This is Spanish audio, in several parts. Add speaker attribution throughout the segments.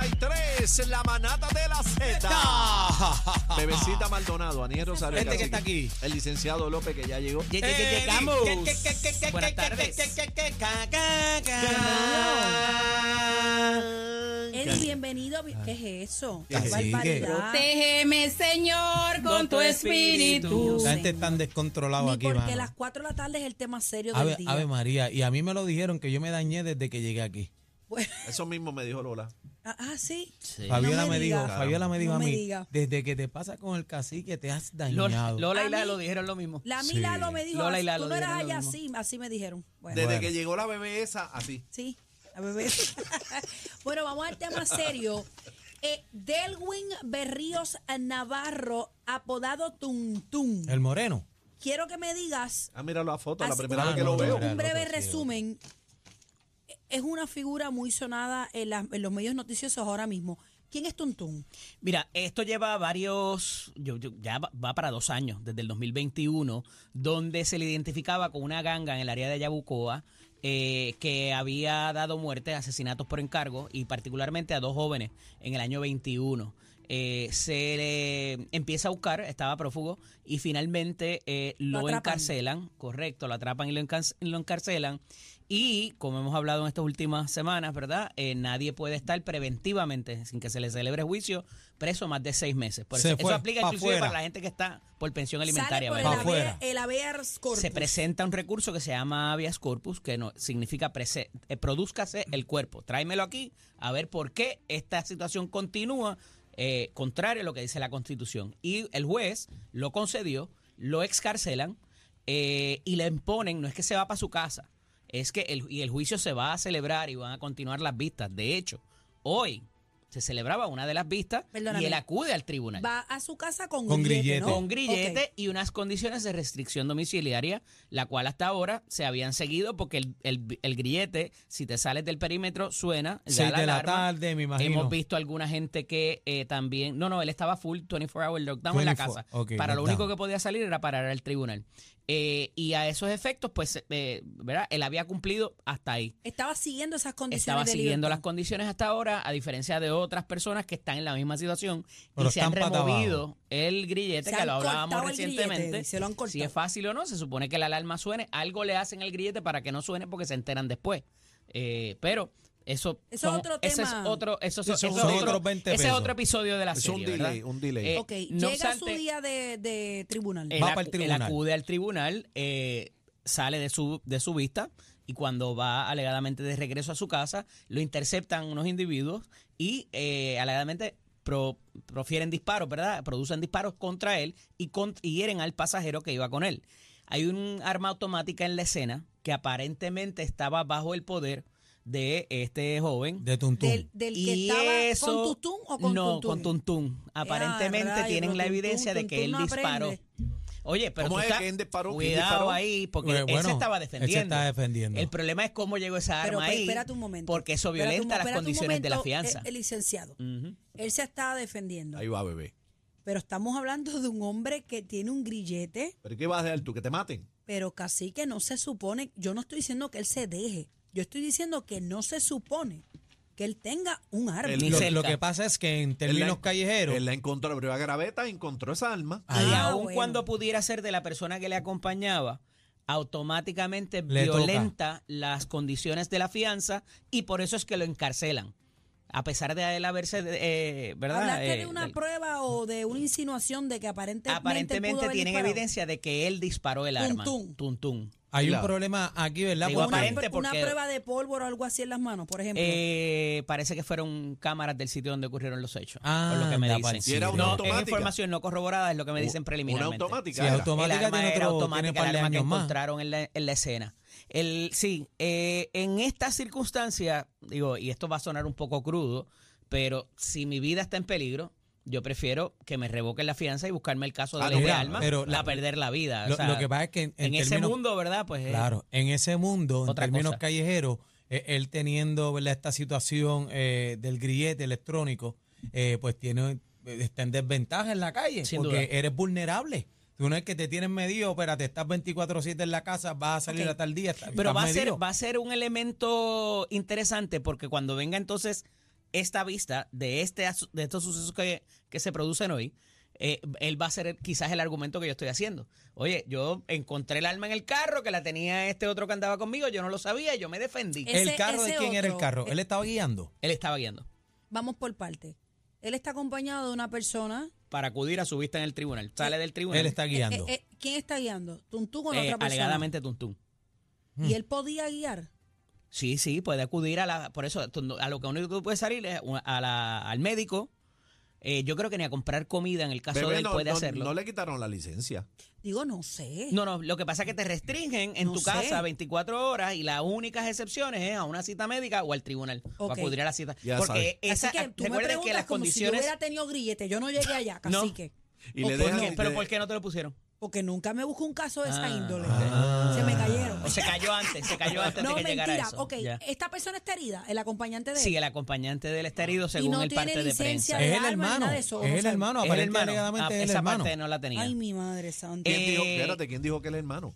Speaker 1: señores, la manada de la Z. Bebecita Maldonado, Aniel Rosario.
Speaker 2: Gente que
Speaker 1: Cacique,
Speaker 2: está aquí.
Speaker 1: El licenciado López que ya llegó.
Speaker 2: Ye- ye- ye- Llegamos. Buenas tardes.
Speaker 3: El bienvenido, bi- ¿qué es eso?
Speaker 2: ¿Qué sigue?
Speaker 3: barbaridad.
Speaker 4: Protégeme, Señor, con tu espíritu.
Speaker 2: La gente
Speaker 3: Señor.
Speaker 2: está descontrolada
Speaker 3: Ni
Speaker 2: Ah, aquí,
Speaker 3: porque
Speaker 2: mano.
Speaker 3: las 4 de la tarde es el tema serio del
Speaker 2: Ave,
Speaker 3: día.
Speaker 2: Ave María, y a mí me lo dijeron que yo me dañé desde que llegué aquí.
Speaker 3: Bueno,
Speaker 1: Eso mismo me dijo Lola.
Speaker 3: ah, ah, sí.
Speaker 2: Fabiola
Speaker 3: No
Speaker 2: me,
Speaker 3: me
Speaker 2: dijo,
Speaker 3: diga.
Speaker 2: Fabiola me dijo
Speaker 3: No
Speaker 2: a
Speaker 3: me
Speaker 2: mí,
Speaker 3: diga.
Speaker 2: desde que te pasa con el cacique te has
Speaker 5: Lola,
Speaker 2: dañado.
Speaker 5: Lola
Speaker 3: A
Speaker 5: y
Speaker 3: mí-
Speaker 5: la lo dijeron lo mismo.
Speaker 3: La
Speaker 2: Sí.
Speaker 3: Mila lo me dijo, "Ah,
Speaker 5: Lola y Lalo
Speaker 3: tú no eras
Speaker 5: dijeron lo
Speaker 3: allá
Speaker 5: mismo.
Speaker 3: así, así me dijeron. Bueno,
Speaker 1: Desde
Speaker 2: Bueno.
Speaker 1: que llegó la bebé esa, así.
Speaker 3: sí, a bebé. bueno, vamos al tema serio. Eh, Delwin Berríos Navarro, apodado Tuntum.
Speaker 2: El moreno.
Speaker 3: Quiero que me digas
Speaker 1: Ah, mira la foto, la
Speaker 3: Así-
Speaker 1: primera
Speaker 2: Ah,
Speaker 1: vez que lo
Speaker 2: no, no,
Speaker 1: veo.
Speaker 2: mira.
Speaker 3: un breve
Speaker 2: otro, sí,
Speaker 3: resumen. Es una figura muy sonada en, las- en los medios noticiosos ahora mismo. ¿Quién es Tuntum?
Speaker 5: Mira, esto lleva varios, yo- yo- ya va va para dos años, desde el 2021, donde se le identificaba con una ganga en el área de Yabucoa eh, que había dado muerte, asesinatos por encargo y particularmente a dos jóvenes en el año 21. Eh, se le empieza a buscar, estaba prófugo y finalmente eh,
Speaker 3: Lo
Speaker 5: lo,
Speaker 3: atrapan.
Speaker 5: encarcelan, correcto, lo atrapan y lo, encarce- lo encarcelan. Y como hemos hablado en estas últimas semanas, ¿verdad? Eh, nadie puede estar preventivamente, sin que se le celebre juicio, preso más de seis meses. Por
Speaker 2: Se
Speaker 5: eso,
Speaker 2: fue,
Speaker 5: eso aplica
Speaker 2: pa'
Speaker 5: inclusive
Speaker 2: afuera.
Speaker 5: para la gente que está por pensión
Speaker 3: Sale
Speaker 5: alimentaria.
Speaker 3: por el,
Speaker 5: ¿verdad?
Speaker 2: Pa' afuera.
Speaker 3: habeas- el habeas corpus.
Speaker 5: Se presenta un recurso que se llama habeas corpus, que no, significa prese- eh, produzcase el cuerpo. Tráemelo aquí a ver por qué esta situación continúa eh, contrario a lo que dice la Constitución. Y el juez lo concedió, lo excarcelan eh, y le imponen, no es que se va para su casa, es que el, y el juicio se va a celebrar y van a continuar las vistas. De hecho, hoy se celebraba una de las vistas
Speaker 3: Perdóname.
Speaker 5: y él acude al tribunal
Speaker 3: Va a su casa con,
Speaker 2: Con
Speaker 3: grillete. ¿no?
Speaker 2: grillete.
Speaker 5: con grillete
Speaker 3: Ok.
Speaker 5: y unas condiciones de restricción domiciliaria, la cual hasta ahora se habían seguido porque el, el- el grillete, si te sales del perímetro, suena. da
Speaker 2: Seis de la
Speaker 5: alarma.
Speaker 2: tarde, me imagino.
Speaker 5: Hemos visto alguna gente que eh, también. No, no, él estaba full 24-hour lockdown en la
Speaker 2: 24,
Speaker 5: casa.
Speaker 2: ok,
Speaker 5: para lo
Speaker 2: lockdown.
Speaker 5: único que podía salir era parar al tribunal. Eh, y a esos efectos, pues, eh, ¿verdad? Él había cumplido hasta ahí
Speaker 3: Estaba siguiendo esas condiciones.
Speaker 5: estaba
Speaker 3: de
Speaker 5: siguiendo las
Speaker 3: libertad.
Speaker 5: condiciones hasta ahora, a diferencia de otras personas que están en la misma situación
Speaker 2: Pero
Speaker 5: y se han
Speaker 2: están pata
Speaker 5: removido el grillete
Speaker 3: Se
Speaker 5: que
Speaker 3: han
Speaker 5: lo hablábamos
Speaker 3: cortado el grillete,
Speaker 5: recientemente.
Speaker 3: se lo han
Speaker 5: si
Speaker 3: cortado.
Speaker 5: es fácil o no, se supone que la alarma suene, algo le hacen al grillete para que no suene porque se enteran después. Eh, pero eso,
Speaker 3: Eso es otro
Speaker 5: ese
Speaker 3: tema.
Speaker 5: es otro, eso,
Speaker 2: Eso
Speaker 5: eso es
Speaker 2: son
Speaker 5: otro-
Speaker 2: otros 20
Speaker 5: ese es
Speaker 2: pesos.
Speaker 5: otro episodio de la
Speaker 1: Es un
Speaker 5: serie. ¿verdad?
Speaker 1: delay, un delay.
Speaker 5: Eh,
Speaker 3: Ok,
Speaker 5: no
Speaker 3: llega su
Speaker 5: obstante- eh,
Speaker 3: día de, de tribunal.
Speaker 5: él,
Speaker 2: Va
Speaker 5: acu-
Speaker 2: para el
Speaker 5: él
Speaker 2: tribunal.
Speaker 5: acude al tribunal, eh, sale de su, de su vista y cuando va alegadamente de regreso a su casa, lo interceptan unos individuos y eh, alegadamente pro- profieren disparos, ¿verdad? Producen disparos contra él y, con- y hieren al pasajero que iba con él. Hay un arma automática en la escena que aparentemente estaba bajo el poder de este joven.
Speaker 2: De Tuntún.
Speaker 3: del, del que
Speaker 5: Y
Speaker 3: estaba
Speaker 5: eso-
Speaker 3: con Tuntún o con
Speaker 5: no,
Speaker 3: Tuntún?
Speaker 5: con Tuntún. Aparentemente
Speaker 3: rayos,
Speaker 5: tienen
Speaker 3: pero
Speaker 5: la
Speaker 3: Tuntún,
Speaker 5: evidencia de que
Speaker 3: Tuntún
Speaker 5: él
Speaker 3: no
Speaker 5: disparó.
Speaker 3: aprende.
Speaker 5: Oye, pero
Speaker 1: ¿Cómo
Speaker 5: tú
Speaker 1: es?
Speaker 5: estás-
Speaker 1: ¿Quién disparó? ¿Quién
Speaker 5: cuidado
Speaker 1: disparó?
Speaker 5: ahí, porque
Speaker 2: Eh,
Speaker 5: él
Speaker 2: bueno,
Speaker 5: se estaba
Speaker 2: él se
Speaker 5: defendiendo.
Speaker 2: estaba defendiendo.
Speaker 5: El problema es cómo llegó esa
Speaker 3: Pero
Speaker 5: arma
Speaker 3: pe-
Speaker 5: ahí.
Speaker 3: espérate un momento.
Speaker 5: Porque eso
Speaker 3: Espérate un-
Speaker 5: violenta las
Speaker 3: espérate un
Speaker 5: condiciones de la
Speaker 3: momento,
Speaker 5: fianza. Mm.
Speaker 3: eh, El licenciado.
Speaker 5: Ujú.
Speaker 3: Él se estaba defendiendo.
Speaker 1: Ahí va, bebé.
Speaker 3: Pero estamos hablando de un hombre que tiene un grillete,
Speaker 1: ¿Pero qué vas a hacer tú? ¿Que te maten?
Speaker 3: pero casi que no se supone. Yo no estoy diciendo que él se deje. Yo estoy diciendo que no se supone que él tenga un arma.
Speaker 1: El-
Speaker 5: Ni
Speaker 2: Lo,
Speaker 5: cerca.
Speaker 2: lo que pasa es que en términos callejeros,
Speaker 1: Él la encontró, abrió la graveta, encontró esa alma.
Speaker 2: Ah,
Speaker 5: y
Speaker 3: Ah,
Speaker 5: aun
Speaker 3: bueno.
Speaker 5: cuando pudiera ser de la persona que le acompañaba, automáticamente
Speaker 2: Le toca.
Speaker 5: violenta las condiciones de la fianza y por eso es que lo encarcelan. A pesar de él haberse, eh, ¿verdad?
Speaker 3: ¿Hablaste
Speaker 5: Eh,
Speaker 3: de una
Speaker 5: del-
Speaker 3: prueba o de una insinuación de que aparentemente,
Speaker 5: aparentemente tienen evidencia de que él disparó el arma.
Speaker 3: Tuntún.
Speaker 5: Tuntún.
Speaker 2: hay
Speaker 1: Claro.
Speaker 2: un problema aquí, ¿verdad?
Speaker 5: Digo,
Speaker 3: Una,
Speaker 2: Porque-
Speaker 5: aparente,
Speaker 3: pr- una
Speaker 5: porque-
Speaker 3: prueba de pólvora o algo así en las manos, por ejemplo.
Speaker 5: Eh, parece que fueron cámaras del sitio donde ocurrieron los hechos.
Speaker 2: Ah,
Speaker 5: por lo que me
Speaker 2: anda,
Speaker 5: dicen.
Speaker 2: parecido.
Speaker 1: Y era una
Speaker 5: no, es
Speaker 1: automática.
Speaker 5: información no corroborada, es lo que me dicen preliminarmente.
Speaker 1: Una automática.
Speaker 2: Sí,
Speaker 1: era.
Speaker 2: autom-
Speaker 5: El
Speaker 2: Automática
Speaker 5: arma
Speaker 2: tiene
Speaker 5: era
Speaker 2: otro- tiene
Speaker 5: automática,
Speaker 2: par
Speaker 5: el
Speaker 2: de
Speaker 5: arma que
Speaker 2: años más.
Speaker 5: encontraron en la, en la escena. El, sí, eh, en esta circunstancia, digo, y esto va a sonar un poco crudo, pero si mi vida está en peligro, yo prefiero que me revoquen la fianza y buscarme el caso de
Speaker 1: Ah,
Speaker 5: la
Speaker 1: no,
Speaker 2: mira,
Speaker 5: alma
Speaker 2: pero la-
Speaker 5: a perder la vida. O
Speaker 2: lo,
Speaker 5: sea,
Speaker 2: lo que pasa es que en,
Speaker 5: en,
Speaker 2: en
Speaker 5: ese
Speaker 2: términos-
Speaker 5: mundo, ¿verdad? Pues eh,
Speaker 2: Claro, en ese mundo, en
Speaker 5: Otra
Speaker 2: términos
Speaker 5: cosa.
Speaker 2: callejeros, eh, él teniendo ¿verdad? esta situación eh, del grillete electrónico, eh, pues tiene eh, está en desventaja en la calle
Speaker 5: Sin
Speaker 2: porque
Speaker 5: duda.
Speaker 2: eres vulnerable. Tú no es que te tienes medido, espérate, estás 24-7 en la casa, vas a salir
Speaker 3: Ok.
Speaker 2: a tal día. estás-
Speaker 5: Pero
Speaker 2: estás
Speaker 5: va a, ser,
Speaker 2: medido.
Speaker 5: va a ser un elemento interesante porque cuando venga entonces esta vista de, este, asu- de estos sucesos que, que se producen hoy, eh, él va a ser el- quizás el argumento que yo estoy haciendo. Oye, yo encontré el arma en el carro que la tenía este otro que andaba conmigo, yo no lo sabía, yo me defendí.
Speaker 3: Eh. Ese-
Speaker 2: ¿El carro de
Speaker 3: ese
Speaker 2: quién era el
Speaker 3: otro. eh,
Speaker 2: carro? Él estaba guiando.
Speaker 5: Él estaba guiando
Speaker 3: Vamos por parte. Él está acompañado de una persona.
Speaker 5: para acudir a su vista en el tribunal. Sale del tribunal.
Speaker 2: Él está guiando.
Speaker 3: Eh, eh, eh, ¿Quién está guiando? ¿Tuntú con
Speaker 5: eh,
Speaker 3: otra persona?
Speaker 5: alegadamente tuntún.
Speaker 3: ¿Y él podía guiar?
Speaker 5: Sí, sí, puede acudir a la. Por eso, tú no- a lo que único que tú puedes salir es a la- al médico. Eh, yo creo que ni a comprar comida en el caso
Speaker 1: Bebé,
Speaker 5: de él
Speaker 1: no,
Speaker 5: puede
Speaker 1: no-
Speaker 5: hacerlo.
Speaker 1: no le quitaron la licencia.
Speaker 3: Digo, no sé.
Speaker 5: No, no, lo que pasa es que te restringen en
Speaker 3: No
Speaker 5: tu
Speaker 3: sé.
Speaker 5: casa 24 horas y las únicas excepciones es a una cita médica o al tribunal o
Speaker 3: Ok.
Speaker 5: acudir a la cita.
Speaker 1: Ya sabes.
Speaker 5: Porque esa,
Speaker 3: Así que tú me
Speaker 5: recuerden
Speaker 3: preguntas
Speaker 5: que las
Speaker 3: como si yo
Speaker 5: condiciones...
Speaker 3: hubiera tenido grillete. Yo no llegué allá,
Speaker 5: No.
Speaker 3: cacique.
Speaker 1: Y
Speaker 3: ¿O
Speaker 1: le
Speaker 3: por
Speaker 5: ¿Por
Speaker 1: dejan,
Speaker 5: qué?
Speaker 1: le-
Speaker 5: ¿Pero por qué no te lo pusieron?
Speaker 3: Porque nunca me busco un caso de esa
Speaker 5: Ah.
Speaker 3: índole.
Speaker 5: Ah.
Speaker 3: Se me cayeron.
Speaker 5: O se cayó antes, se cayó antes
Speaker 3: no,
Speaker 5: de que llegara
Speaker 3: mentira.
Speaker 5: eso.
Speaker 3: Ok, Eh,
Speaker 5: Ya.
Speaker 3: esta persona está herida, el acompañante de él.
Speaker 5: Sí, el acompañante del está herido según
Speaker 3: no
Speaker 5: el
Speaker 3: tiene
Speaker 5: parte de prensa.
Speaker 3: licencia de
Speaker 1: Eh,
Speaker 2: Es el
Speaker 3: arma ni
Speaker 2: hermano.
Speaker 3: nada de
Speaker 2: Es
Speaker 3: eso, no
Speaker 2: el
Speaker 3: sabe.
Speaker 2: hermano.
Speaker 5: el
Speaker 2: Aparentemente
Speaker 5: hermano,
Speaker 2: alegadamente
Speaker 5: ah,
Speaker 2: es el
Speaker 5: esa
Speaker 2: hermano.
Speaker 5: parte no la tenía.
Speaker 3: Ay, mi madre santa.
Speaker 1: ¿Quién dijo,
Speaker 5: Eh,
Speaker 1: espérate, ¿quién dijo que él es hermano?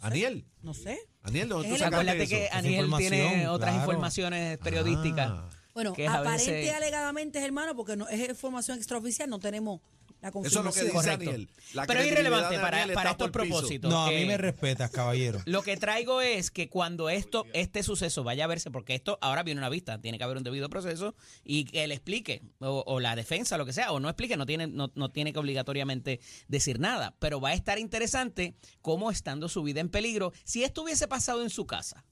Speaker 1: Aniel.
Speaker 3: No sé.
Speaker 1: Aniel, ¿dónde tú
Speaker 3: Él-
Speaker 1: sacaste
Speaker 5: Acuérdate
Speaker 1: eso?
Speaker 5: que Aniel
Speaker 2: información,
Speaker 5: tiene otras
Speaker 2: claro.
Speaker 5: informaciones periodísticas.
Speaker 1: Ah.
Speaker 3: Bueno,
Speaker 5: que es a
Speaker 3: aparente
Speaker 5: veces-
Speaker 3: alegadamente es hermano, porque no es información extraoficial, no tenemos
Speaker 1: Eso
Speaker 3: la
Speaker 1: es
Speaker 3: confirmación.
Speaker 1: lo que dice
Speaker 5: Correcto.
Speaker 1: Aniel. La
Speaker 5: Pero es
Speaker 1: credibilidad
Speaker 5: irrelevante
Speaker 1: de
Speaker 5: para-
Speaker 1: Aniel
Speaker 5: para
Speaker 1: está por
Speaker 5: estos
Speaker 1: el piso.
Speaker 5: propósitos.
Speaker 2: No, a mí
Speaker 5: que-
Speaker 2: me respetas, caballero.
Speaker 5: Lo que traigo es que cuando esto, este suceso vaya a verse, porque esto ahora viene una vista, tiene que haber un debido proceso y que él explique, o, o la defensa, lo que sea, o no explique, no tiene, no, no tiene que obligatoriamente decir nada. Pero va a estar interesante cómo estando su vida en peligro, si esto hubiese pasado en su casa.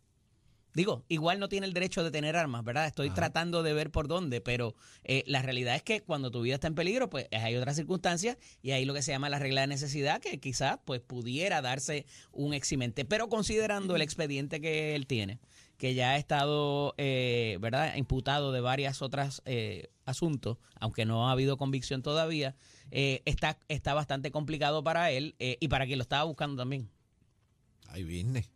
Speaker 5: Digo, igual no tiene el derecho de tener armas, ¿verdad? Estoy tratando de ver por dónde, pero eh, la realidad es que cuando tu vida está en peligro, pues hay otras circunstancias y hay lo que se llama la regla de necesidad que quizás pues pudiera darse un eximente. Pero considerando el expediente que él tiene, que ya ha estado, eh, ¿verdad?, imputado de varias otras eh, asuntos, aunque no ha habido convicción todavía, eh, está, está bastante complicado para él eh, y para quien lo estaba buscando también.
Speaker 1: Ay, vine.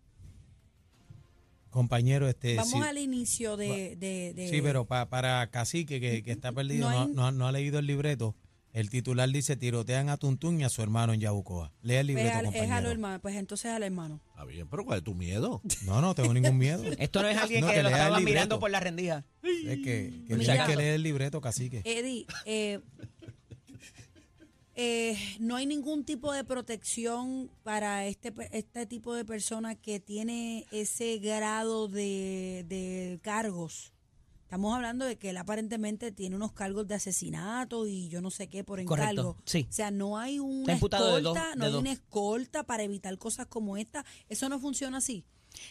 Speaker 2: Compañero, este.
Speaker 3: Vamos
Speaker 2: sí,
Speaker 3: al inicio de... de- de-
Speaker 2: sí, pero pa- para Cacique, que, que está perdido,
Speaker 3: No
Speaker 2: no,
Speaker 3: hay-
Speaker 2: no ha- no ha leído el libreto. El titular dice: tirotean a Tuntún y a su hermano en Yabucoa. Lea el
Speaker 3: pues,
Speaker 2: libreto,
Speaker 3: al- es al
Speaker 2: compañero.
Speaker 3: hermano, pues entonces al hermano.
Speaker 1: Está bien, pero ¿cuál es tu miedo?
Speaker 2: No, no tengo ningún miedo. es
Speaker 5: Esto no es alguien
Speaker 2: No,
Speaker 5: que,
Speaker 2: que
Speaker 5: lo
Speaker 2: lea el
Speaker 5: estaba mirando
Speaker 2: libreto.
Speaker 5: por la rendija.
Speaker 2: que, que, que
Speaker 3: Mira.
Speaker 2: hay que leer el libreto, Cacique.
Speaker 3: Eddie, eh, eh, no hay ningún tipo de protección para este, pe- este tipo de persona que tiene ese grado de, de cargos. Estamos hablando de que él aparentemente tiene unos cargos de asesinato y yo no sé qué por
Speaker 5: Correcto,
Speaker 3: encargo.
Speaker 5: sí.
Speaker 3: O sea, no hay una
Speaker 5: Está imputado
Speaker 3: escolta,
Speaker 5: de dos-
Speaker 3: no
Speaker 5: de
Speaker 3: hay
Speaker 5: dos.
Speaker 3: una escolta para evitar cosas como esta. Eso no funciona así.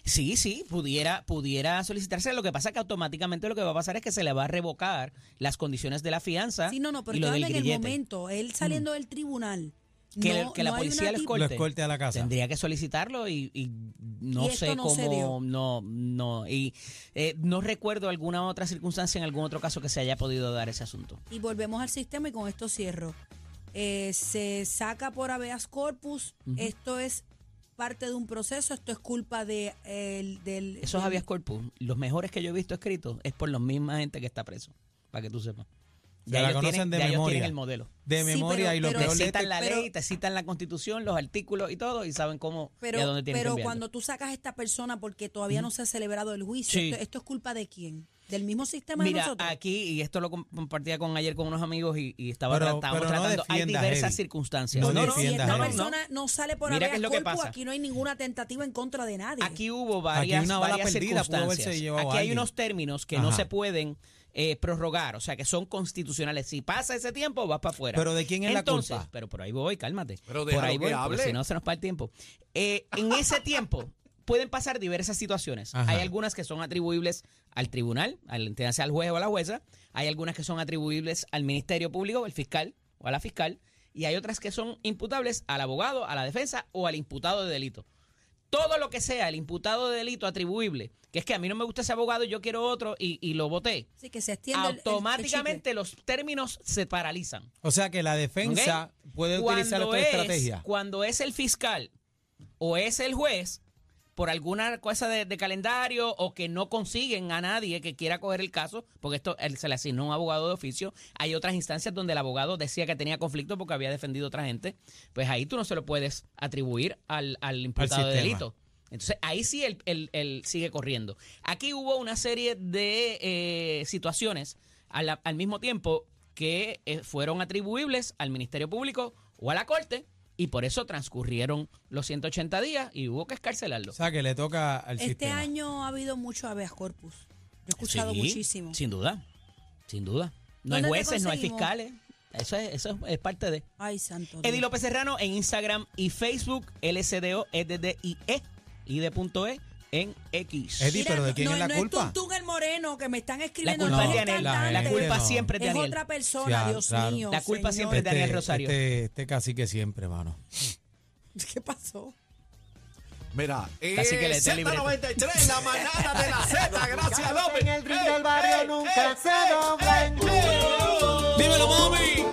Speaker 5: Sí, sí, pudiera, pudiera solicitarse. Lo que pasa es que automáticamente lo que va a pasar es que se le va a revocar las condiciones de la fianza
Speaker 3: Sí, no, no, pero
Speaker 5: Ah, y
Speaker 3: yo
Speaker 5: lo
Speaker 3: hablo
Speaker 5: del
Speaker 3: en el
Speaker 5: grillete.
Speaker 3: momento, él saliendo del tribunal.
Speaker 5: Que el-
Speaker 3: no-
Speaker 5: que la
Speaker 3: no hay una
Speaker 5: policía lo
Speaker 3: tip-
Speaker 2: Lo
Speaker 5: corte.
Speaker 2: escorte a la casa.
Speaker 5: Tendría que solicitarlo y, y no
Speaker 3: Y esto
Speaker 5: sé
Speaker 3: no se dio.
Speaker 5: cómo, no, no, y eh, no recuerdo alguna otra circunstancia en algún otro caso que se haya podido dar ese asunto.
Speaker 3: y volvemos al sistema y con esto cierro. Eh, se saca por habeas corpus, esto es parte de un proceso, esto es culpa de, el- del...
Speaker 5: Esos
Speaker 3: del-
Speaker 5: habeas corpus, los mejores que yo he visto escritos, es por la misma gente que está preso, para que tú sepas.
Speaker 2: Ya la
Speaker 5: ellos
Speaker 2: conocen
Speaker 5: tienen-
Speaker 2: de
Speaker 5: ya ellos tienen
Speaker 2: memoria.
Speaker 5: el modelo.
Speaker 2: De
Speaker 3: Sí,
Speaker 2: memoria
Speaker 3: pero-
Speaker 2: y lo
Speaker 3: pero-
Speaker 5: te
Speaker 2: peor de
Speaker 5: citan
Speaker 2: este-
Speaker 5: la
Speaker 3: pero-
Speaker 5: ley, te citan la constitución, los artículos y todo, y saben cómo y a
Speaker 3: Pero,
Speaker 5: dónde tienen
Speaker 3: pero
Speaker 5: que enviarlo.
Speaker 3: cuando tú sacas a esta persona porque todavía no se ha celebrado el juicio,
Speaker 5: Sí.
Speaker 3: esto, esto es culpa de quién? ¿Del mismo sistema de
Speaker 5: Mira,
Speaker 3: nosotros?
Speaker 5: aquí, y esto lo com- compartía con ayer con unos amigos y, y estaba
Speaker 2: Pero-
Speaker 5: tra- estábamos
Speaker 2: pero no
Speaker 5: tratando, hay
Speaker 2: defiendas,
Speaker 5: diversas
Speaker 2: Eddie.
Speaker 5: circunstancias.
Speaker 2: No
Speaker 3: no, no, si
Speaker 2: defiendas no,
Speaker 3: esta
Speaker 2: no,
Speaker 3: persona no, sale por
Speaker 5: Mira qué
Speaker 3: habeas
Speaker 5: es lo que
Speaker 3: corpus,
Speaker 5: pasa.
Speaker 3: aquí no hay ninguna tentativa en contra de nadie.
Speaker 5: Aquí hubo
Speaker 2: Aquí
Speaker 5: varias,
Speaker 2: hay una bala
Speaker 5: varias
Speaker 2: perdida, pudo haberse
Speaker 5: circunstancias.
Speaker 2: llevado a
Speaker 5: Aquí hay
Speaker 2: alguien.
Speaker 5: unos términos que no
Speaker 2: Ajá.
Speaker 5: se pueden eh, prorrogar, o sea, que son constitucionales. Si pasa ese tiempo, vas para afuera.
Speaker 2: Pero ¿de quién es la
Speaker 5: Entonces,
Speaker 2: culpa?
Speaker 5: Pero por ahí voy, cálmate.
Speaker 1: Pero
Speaker 5: por
Speaker 1: déjalo
Speaker 5: ahí
Speaker 1: que
Speaker 5: voy, porque
Speaker 1: hable.
Speaker 5: si no se nos va el tiempo. Eh, en ese tiempo pueden pasar diversas situaciones.
Speaker 2: Ajá.
Speaker 5: Hay algunas que son atribuibles al tribunal, al, entiéndase, al juez o a la jueza. Hay algunas que son atribuibles al Ministerio Público, al fiscal o a la fiscal. Y hay otras que son imputables al abogado, a la defensa o al imputado de delito todo lo que sea el imputado de delito atribuible, que es que a mí no me gusta ese abogado, yo quiero otro y, y lo voté,
Speaker 3: Así que se extiende el- el- el chicle.
Speaker 5: automáticamente los términos se paralizan.
Speaker 2: O sea que la defensa
Speaker 5: ¿ok?
Speaker 2: puede utilizar
Speaker 5: Cuando
Speaker 2: otra
Speaker 5: es-
Speaker 2: estrategia.
Speaker 5: Cuando es el fiscal o es el juez, por alguna cosa de, de calendario o que no consiguen a nadie que quiera coger el caso, porque esto él, se le asignó un abogado de oficio, hay otras instancias donde el abogado decía que tenía conflicto porque había defendido a otra gente, pues ahí tú no se lo puedes atribuir al, al imputado de
Speaker 2: sistema.
Speaker 5: delito. Entonces ahí sí él, él- él sigue corriendo. Aquí hubo una serie de eh, situaciones a la- al mismo tiempo que eh, fueron atribuibles al Ministerio Público o a la Corte y por eso transcurrieron los 180 días y hubo que escarcelarlo.
Speaker 2: O sea, que le toca al
Speaker 3: Este
Speaker 2: sistema.
Speaker 3: año ha habido mucho habeas corpus. Yo he escuchado
Speaker 5: Sí,
Speaker 3: muchísimo.
Speaker 5: Sin duda, sin duda. No hay
Speaker 3: ¿Dónde te
Speaker 5: jueces, no hay
Speaker 3: conseguimos?
Speaker 5: fiscales. Eso es, eso es parte de...
Speaker 3: Ay, santo. Dios.
Speaker 5: Eddie López Serrano en Instagram y Facebook, LSDO, EDDIE, ID.E E, en X.
Speaker 2: Eddie,
Speaker 3: Mira,
Speaker 2: pero ¿de quién
Speaker 3: no,
Speaker 2: es la
Speaker 3: no
Speaker 2: culpa?
Speaker 3: Es Tuntún el Moreno que me están
Speaker 5: la
Speaker 3: escribiendo.
Speaker 5: culpa es
Speaker 3: no,
Speaker 5: de
Speaker 3: el
Speaker 5: Anel.
Speaker 2: cantante.
Speaker 5: La culpa
Speaker 2: No.
Speaker 5: siempre es de
Speaker 3: Es
Speaker 5: Anel.
Speaker 3: otra persona,
Speaker 2: Ya,
Speaker 3: Dios
Speaker 2: ah, claro.
Speaker 3: mío.
Speaker 5: La culpa
Speaker 3: señor.
Speaker 5: siempre es de Daniel Rosario.
Speaker 2: Este, este cacique siempre, mano.
Speaker 3: ¿Qué pasó?
Speaker 1: Mira,
Speaker 5: Casi que le
Speaker 1: eh,
Speaker 5: dé libreto.
Speaker 1: Z93, la manada de la Z, gracias López.
Speaker 6: En el ring del barrio nunca se dobla en
Speaker 1: ¡Dímelo, mami!